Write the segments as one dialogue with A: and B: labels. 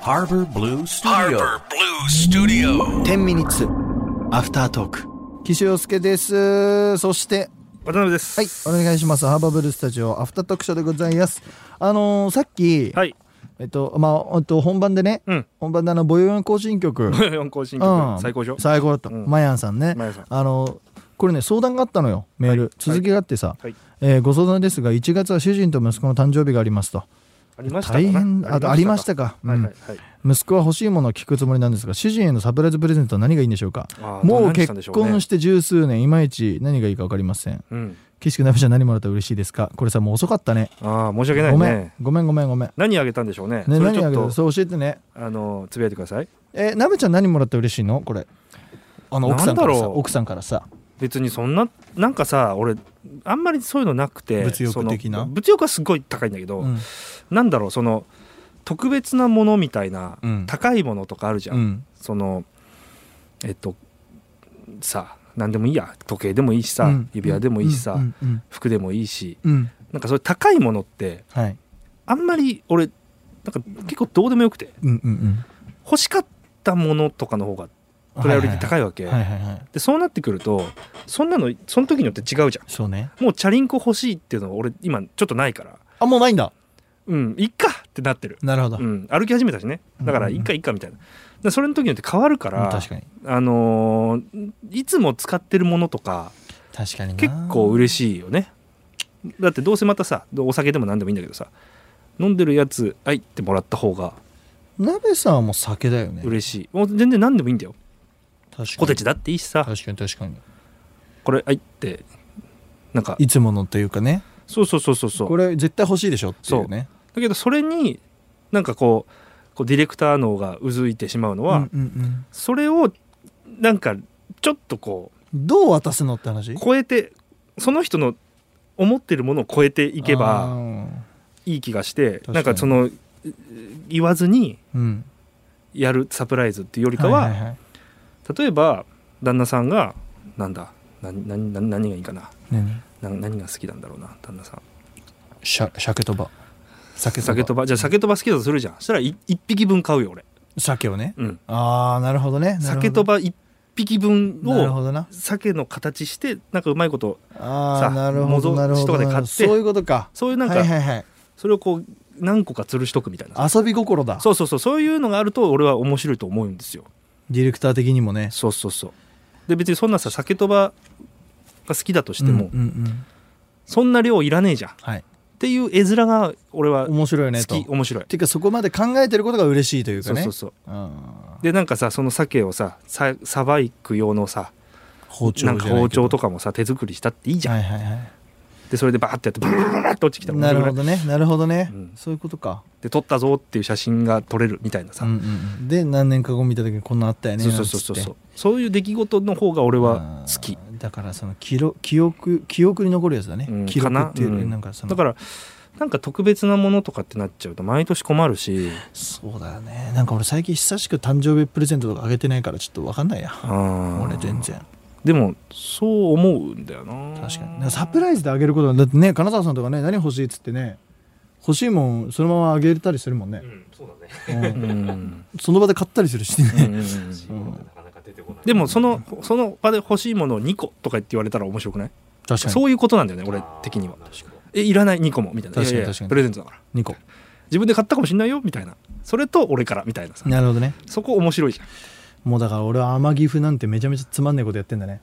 A: Harbor Blue Studio.
B: Harbor Blue Studio.
C: 10ミニッツアフタートーク岸洋介ですそして
D: 渡辺です。
C: はいお願いしますハーバーブルースタジオアフタートークショーでございますあのーさっき、
D: はい。
C: えっとまあほんと本番でね、
D: うん
C: 本番であのボヨヨン行進 曲
D: 四更新曲、
C: うん
D: 最高でしょ
C: 最高だった、
D: うん
C: マヤンさんね
D: マヤンさん
C: あのこれね相談があったのよメール、
D: はい
C: 続きがあってさ、
D: はい
C: えーご相談ですが1月は主人と息子の誕生日がありますと
D: ありましたか
C: 大変あありました
D: か
C: か、うん
D: はいはいはい
C: 息子は欲しいものを聞くつもりなんですが主人へのサプライズプレゼントは何がいいんでしょうか
D: あー
C: もう
D: 何し
C: 結
D: たんでしょうね
C: 婚して十数年いまいち何がいいか分かりません
D: うん。
C: 岸君ナビちゃん何もらったら嬉しいですかこれさもう遅かったね
D: ああ、申し訳ない
C: ごめん
D: ね。
C: ごめんごめんごめん
D: 何あげたんでしょうね。
C: ね
D: それ
C: 何
D: ち
C: あ
D: ょっ
C: げる
D: と、
C: そう教えてね
D: あの、つぶやいてください。
C: えー、ナベちゃん何もらったら嬉しいのこれあの奥さんから
D: なんだ
C: さ
D: ろう
C: 奥さんからさ
D: 別にそんな、なんかさ、俺、あんまりそういうのなくて。
C: 物欲
D: その
C: 的な
D: 物欲はすごい高いんだけど、
C: うん
D: なんだろう、その、特別なものみたいな、
C: うん
D: 高いものとかあるじゃ。
C: うんん
D: その、えっと、さ、何でもいいや。時計でもいいしさ、
C: うん
D: 指輪でもいいしさ、
C: うんうん
D: 服でもいいし、
C: うんうん
D: なんかそういう高いものって、
C: はい
D: あんまり俺なんか結構どうでもよくて
C: うんうんうん
D: 欲しかったものとかの方がプライオリティ高いわけ、
C: はいはいはい
D: でそうなってくるとそんなのその時によって違うじゃ
C: そうね
D: んもうチャリンコ欲しいっていうのは俺今ちょっとないから
C: あもうないんだ
D: うんいっかってなってる、
C: なるほど、
D: うん、歩き始めたしねだからいっかいっかみたいなでそれの時によって変わるから、
C: うん確かに
D: あのーいつも使ってるものとか
C: 確かにな
D: 結構嬉しいよねだってどうせまたさお酒でも何でもいいんだけどさ飲んでるやつ「はい」ってもらった方が
C: 鍋さんはもう酒だよね
D: 嬉しいもう全然何でもいいんだよ
C: 確かに
D: ポテチだっていいしさ
C: 確かに確かに
D: これはいってなんか
C: いつものというかね
D: そうそうそうそうそう
C: これ絶対欲しいでしょっていうね
D: だけどそれになんかこうこうディレクター脳がうずいてしまうのは、
C: うんうんうん
D: それをなんかちょっとこ
C: どう渡すのって話
D: う超えてその人の思ってるものを超えていけ
C: あ
D: ば
C: ー
D: いい気がして
C: 確かに
D: なんかそのう言わずに
C: うん
D: やるサプライズっていうよりかは,、
C: いいい
D: 例えば旦那さんがなんだ何何何何がいいかな
C: 何
D: な何が好きなんだろうな旦那さん
C: しゃ鮭とば酒
D: 酒とばじゃあ酒とば好きだとするじゃんそしたらい一匹分買うよ俺、
C: 鮭をね
D: うん、
C: ああなるほどね
D: 酒とば一匹分
C: なるほ
D: を
C: どな
D: 酒の形してなんかうまいこと
C: あ
D: さ
C: あなるほ
D: 模造
C: どなるほ
D: 紙と
C: ど
D: かで買って
C: そういうことか
D: そういうなん
C: はい
D: か
C: はいはい
D: それをこう何個か吊るしとくみたいな
C: 遊び心だ
D: そうそうそうそういうのがあると俺は面白いと思うんですよ
C: ディレクター的にもね
D: そうそうそうで別にそんなさ酒とばが好きだとしても、
C: うんうんうん
D: そんな量いらねえじゃんっ
C: はい
D: ていう絵面が俺は好
C: 面白いよねと
D: き面白い
C: ていうかそこまで考えてることが嬉しいというか
D: そう
C: ね
D: そうそう
C: うん
D: でなんかさその鮭をさささばく用のさ
C: 包丁じ
D: な
C: ゃ
D: ん
C: ない
D: か
C: けど
D: 包丁とかもさ手作りしたっていいじゃん、
C: はいはいはい
D: でそれでバーってやってブルブルブルって落ちてきたら面
C: な
D: 白
C: る
D: くない
C: ほどねなるほどね、
D: うん
C: そういうことか、
D: で撮ったぞっていう写真が撮れるみたいなさ、
C: うんうんうんで何年か後見た時にこんなあったよね
D: そうそうそうそう
C: なんつ
D: そ
C: っ
D: う
C: て
D: そういう出来事の方が俺は好き
C: あ、ーだからその記録記憶記憶に残るやつだね、
D: うん
C: 記録っていうより
D: かなうん
C: なんかその
D: だからなんか特別なものとかってなっちゃうと毎年困るし
C: そうだよねなんか俺最近久しく誕生日プレゼントとかあげてないからちょっと分かんないや
D: 俺
C: 俺全然
D: でもそう思うんだよな
C: 確かにだからサプライズであげることがだってね金沢さんとかね何欲しいっつってね欲しいもんそのままあげれたりするもんね、うん
D: うん
C: その場で買ったりするし
D: うんう
C: ね、
D: んう
C: う
D: ん
C: ん
D: でもそのその場で欲しいものを2個とかって言われたら面白くない
C: 確かに
D: そういうことなんだよね俺的にはえいらない2個もみたいな
C: 確かに
D: いやいや
C: 確かに
D: プレゼントだから
C: 2個
D: 自分で買ったかもしんないよみたいなそれと俺からみたいなさ
C: なるほどね
D: そこ面白いじ
C: もうだから俺は天城府なんてめちゃめちゃつまんないことやってんだね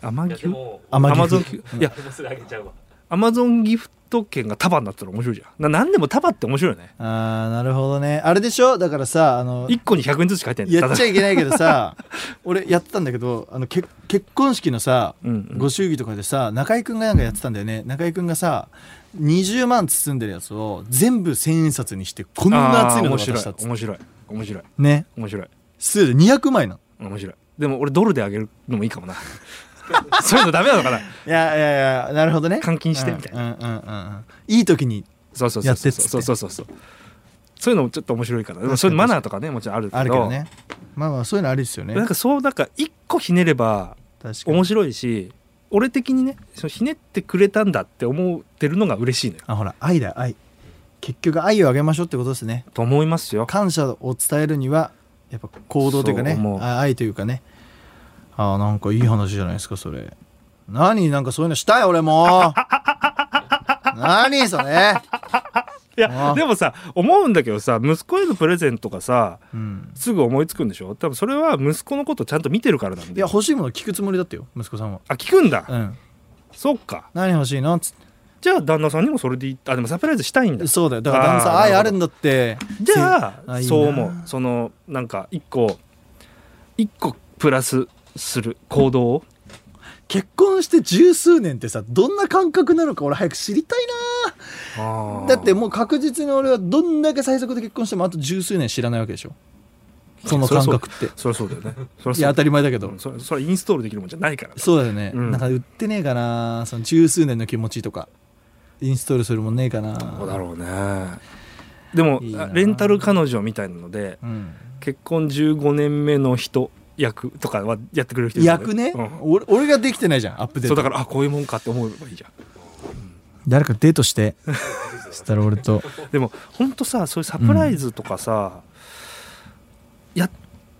D: ゃんアマ
E: い
D: ギ
E: やで
D: フ
E: も、
C: 天
D: アマ
C: 城
D: ゾン
C: 府
D: ギフいや
E: でもそれあげちゃうわ。
D: アマゾンギフト券が束になってたら面白いじゃんな何でも束って面白いよね
C: あーなるほどねあれでしょだからさあの
D: 1個に100円ずつしか入ってない
C: やっちゃいけないけどさ俺やってたんだけどあのけ結婚式のさ、
D: うんうん
C: ご祝儀とかでさ中居君がなんかやってたんだよね中居君がさ20万包んでるやつを全部千円札にしてこんな厚いの
D: 面
C: 渡
D: 白い
C: したっつって
D: 面白い面白い
C: ね
D: 面白い
C: 数で200枚なの
D: 面白いでも俺ドルであげるのもいいかもな そういうのダメなのかない
C: やいやいやなるほどね
D: 換金してみたい
C: な、うんうんうんうん、いい時に
D: そうそうそ
C: や
D: う
C: って
D: そ
C: っ
D: う
C: つって
D: そうそうそうそうそういうのもちょっと面白いから
C: 確か
D: でも
C: に
D: そういうマナーとかねもちろんあるけど
C: あるけどねまあまあそういうのありですよね
D: なんかそうなんか1個ひねれば
C: 確かに
D: 面白いし俺的にねそのひねってくれたんだって思ってるのが嬉しいのよ
C: あほら愛だ愛結局愛をあげましょうってことですね
D: と思いますよ
C: 感謝を伝えるにはやっぱ行動というかね
D: そう思う
C: あ愛というかねあーなんかいい話じゃないですかそれ何なんかそういうのしたい俺も 何それ、
D: い
C: あ
D: や
C: あ
D: でもさ思うんだけどさ息子へのプレゼントがさ
C: うん、
D: すぐ思いつくんでしょ多分それは息子のことちゃんと見てるからなん
C: い
D: で
C: や欲しいもの聞くつもりだったよ息子さんは
D: あ聞くんだ、
C: うん
D: そっか
C: 何欲しいのつって
D: じゃあ旦那さんにもそれでいいあでもサプライズしたいんだ
C: そうだよだから
D: あ
C: 旦
D: ー
C: 那さん
D: なる
C: 愛
D: ほど
C: あるんだって
D: じゃ
C: あ
D: あ
C: いいな
D: そう思うそのなんか一個一個プラスする行動を
C: 結婚して十数年ってさどんな感覚なのか俺早く知りたいなだってもう確実に俺はどんだけ最速で結婚してもあと十数年知らないわけでしょその感覚って
D: そりゃそうだよねそりゃ
C: いや当たり前だけど、
D: うんそれそれインストールできるもんじゃないから
C: そうだよね、
D: うん
C: なんか売ってねえかなその十数年の気持ちとかインストールするもんねえかな
D: そうだろうねでも
C: いいな
D: レンタル彼女みたいなので
C: うん、
D: 結婚15年目の人役とかはやってくれる人いるよ
C: 役ね、
D: うん
C: 俺俺ができてないじゃんアップデー
D: そう
C: ト
D: だからあこういうもんかって思えばいいじゃん
C: 誰かデートして そしたら俺と
D: でもほんとさそういうサプライズとかさ、や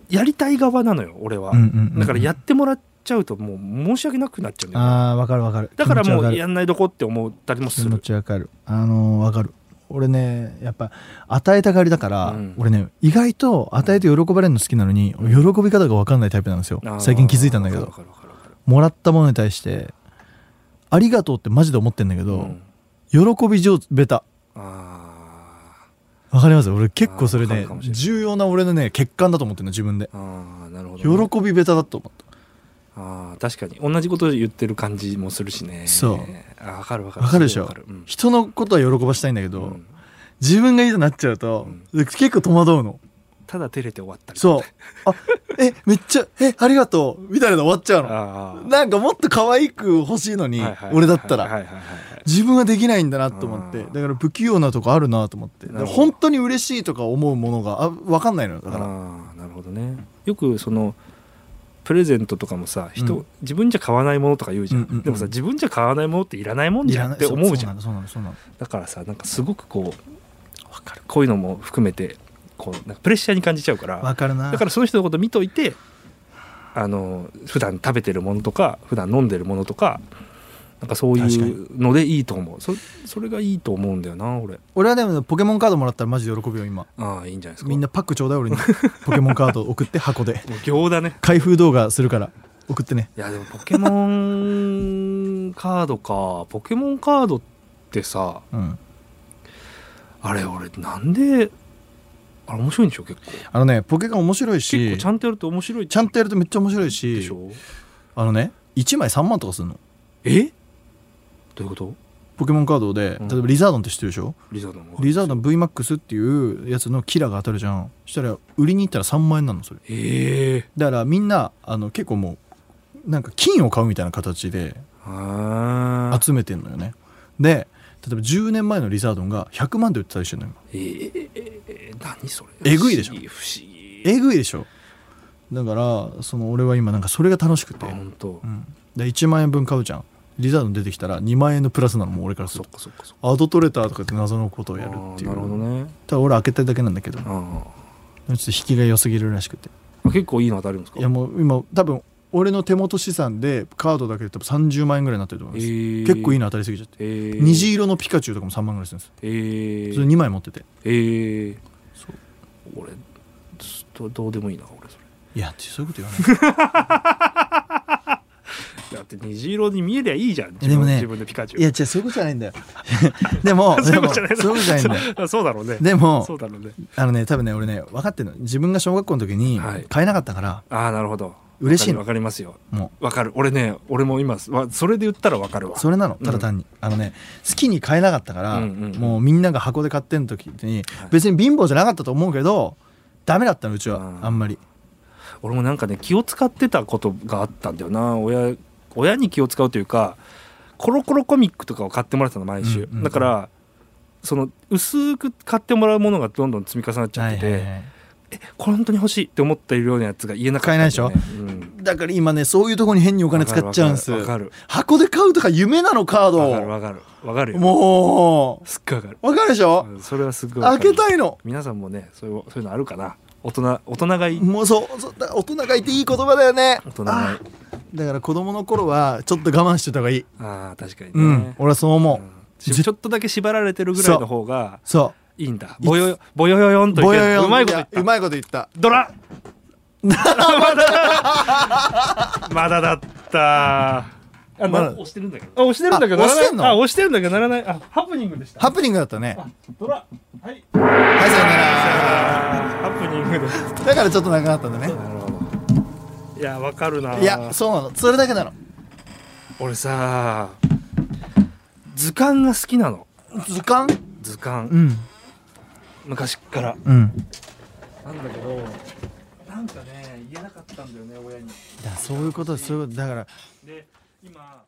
D: やりたい側なのよ俺は、
C: うんうんうん
D: だからやってもらっちゃうともう申し訳なくなっちゃうんだよね
C: ああわかるわかる
D: だからもう
C: 気持ちわ
D: やんないどこって思ったりも
C: か
D: す
C: る気持
D: る
C: ちわかるあのーわかる俺ねやっぱ与えたがりだから、
D: うん
C: 俺ね意外と与えて喜ばれるの好きなのに喜び方がわかんないタイプなんですよ
D: あー
C: 最近気づいたんだけ
D: わ
C: ど
D: かるわかるわかる
C: もらったものに対してありがとうってマジで思ってんだけど、
D: うん
C: 喜び上手ベタ
D: あ
C: わかります俺結構それ
D: あーわか
C: ね
D: るかもしれない
C: 重要な俺のね欠陥だと思ってるの自分で
D: ーあーなるほ
C: 喜
D: どね、
C: びベタだと思った
D: あー確かに同じこと言ってる感じもするしね
C: そう
D: あわかるわかる
C: わかるでしょ
D: わうん
C: 人のことは喜ばしたいんだけど、
D: うん
C: 自分がいいとなっちゃうと、結構戸惑うの
D: ただ照れて終わったり
C: そうあえめっちゃえありがとうみたいなの終わっちゃうの
D: あー
C: なんかもっと可愛く欲しいのに、
D: はいはい
C: 俺だったら、
D: はいはいはいはい
C: 自分はできないんだなと思って
D: あー
C: だから不器用なとこあるなと思ってだ
D: な
C: から
D: るほど
C: 本当に嬉しいとか思うものがあ分かんないのよだから
D: ああなるほどねよくそのプレゼントとかもさ人、
C: うん
D: 自分じゃ買わないものとか言うじゃん,、
C: うんうんうん
D: でもさ自分じゃ買わないものっていらないもんじゃんって思うじゃん
C: そうそうなのそうなのそう
D: だからさなんかすごくこうこういうのも含めてこうなんかプレッシャーに感じちゃうか
C: な
D: ら
C: の分かるな
D: だからその人のこと見といてあの普段食べてるものとか普段飲んでるものとかなんかそういうのでいいと思うそそれがいいと思うんだよな俺
C: 俺はでもポケモンカードもらったらマジで喜ぶよ今
D: ああいいんじゃないですか
C: みんなパックちょうだい 俺にポケモンカード送って箱で
D: もう行だね
C: 開封動画するから送ってね
D: いやでもポケモンカードかポケモンカードってさ
C: うん
D: あれ俺なんであれ面白いんでしょ結構
C: あのねポケカ面白い
D: 結
C: し
D: 構ちゃんとやると面白い
C: ちゃんとやるとめっちゃ面白い
D: で
C: し
D: しょ
C: あのね1枚3万とかするの
D: えどういうこと
C: ポケモンカードで
D: うん
C: 例えばリザードンって知ってるでしょ、
D: リザードの
C: リザードン VMAX っていうやつのキラーが当たるじゃんそしたら売りに行ったら3万円なのそれ
D: ええ
C: だからみんなあの結構もうなんか金を買うみたいな形で
D: あー
C: 集めてんのよねで例えば10年前のリザードンが100万で売ってたりしてるのよ
D: えーえー何それ
C: えぐいでしょ
D: 不思議不思議
C: えぐいでしょだからその俺は今なんかそれが楽しくて、
D: あ
C: う
D: 本当
C: ん、で1万円分買うじゃんリザードン出てきたら2万円のプラスなのもう俺からす
D: そ
C: る
D: っ
C: と
D: かそっかそっか
C: アドトレーターとかって謎のことをやるっていう
D: あーなるほどね
C: ただ俺開けただけなんだけどちょっ
D: あ
C: と引きが良すぎるらしくて
D: ー結構いいの当たるんですか
C: いやもう今多分俺の手元資産でカードだけで多分30万円ぐらいになってると思います、結構いい
D: な
C: の当たりすぎちゃって、
D: えー、
C: 虹色のピカチュウとかも3万ぐらいするんですよ
D: えー
C: それ2枚持ってて
D: ええ
C: そう
D: 俺ずっとどうでもいいな俺そ
C: いやそういうこと言わない
D: れだって虹色に見えりゃいいじゃん自
C: でも
D: 分
C: ね
D: 自分でピカチュ ウ
C: いや違うそういうことじゃないんだよ で も
D: そうい
C: で
D: うこ
C: も
D: とじ
C: そういう
D: ゃない
C: ことじゃないんだよ
D: よ そうだろうね
C: でも
D: そうだろうね
C: あのね多分ね俺ね分かってるの自分が小学校の時に
D: はい
C: 買えなかったから、
D: ああなるほど
C: 嬉しいの
D: わかりわかりますよ
C: も
D: わかる俺ね俺も今わそれで言ったらわかるわ
C: うそれなのただ単に、あのね好きに買えなかったから、
D: うんうんうん
C: もうみんなが箱で買ってん時に
D: はい
C: 別に貧乏じゃなかったと思うけどダメだったのうちは、
D: うん
C: あんまり
D: 俺もなんかね気を使ってたことがあったんだよな親親に気を使うというかコロコロコミックとかを買ってもらってたの毎週、
C: うんうんうん
D: だからその薄く買ってもらうものがどんどん積み重なっちゃってて、
C: はいはいはい
D: これ本当に欲しいって思っているようなやつが家なかったんだよね、
C: 買えない
D: でしょ、うん
C: だから今ねそういうとこに変にお金使っちゃうんす
D: わかる
C: 箱で買うとか夢なのカー
D: わかる
C: ド
D: わかるわかるよ
C: も
D: すっごいわかる
C: うわかるでしょ
D: うんそれはすっごいわ
C: 開
D: かる
C: けたいの
D: 皆さんもねそういうそういうのあるかな大人大人買い
C: もうそうそうだ大人がいていい言葉だよね
D: 大人買い
C: あだから子供の頃はちょっと我慢してた方がいい
D: ああ確かにね、
C: うん俺はそう思う、
D: しちょっとだけ縛られてるぐらいの方が
C: そ
D: いいんだぼよぼよよよん
C: う
D: といけるうまいこと
C: いや
D: 言っ
C: う
D: た
C: まいこと言った
D: ド ラまだだったあ、
C: まだ
D: な押してるんだけどあ押してるんだけど
C: あ
D: ならない
C: 押してんの
D: あ押してるんだけどならないあハプニングでした
C: ハプニングだったね
D: ドラはい
C: はいさよなら
D: ハプニングでし
C: だからちょっと長かったんだね
D: たなるほどいやわかるない
C: やそうなのそれだけなの
D: 俺さ図鑑が好きなの
C: 図鑑
D: 図鑑
C: うん
D: 昔っから
C: うん
D: なんだけどなんかね言えなかったんだよね親に
C: だそういうことですそういうことだから
D: で今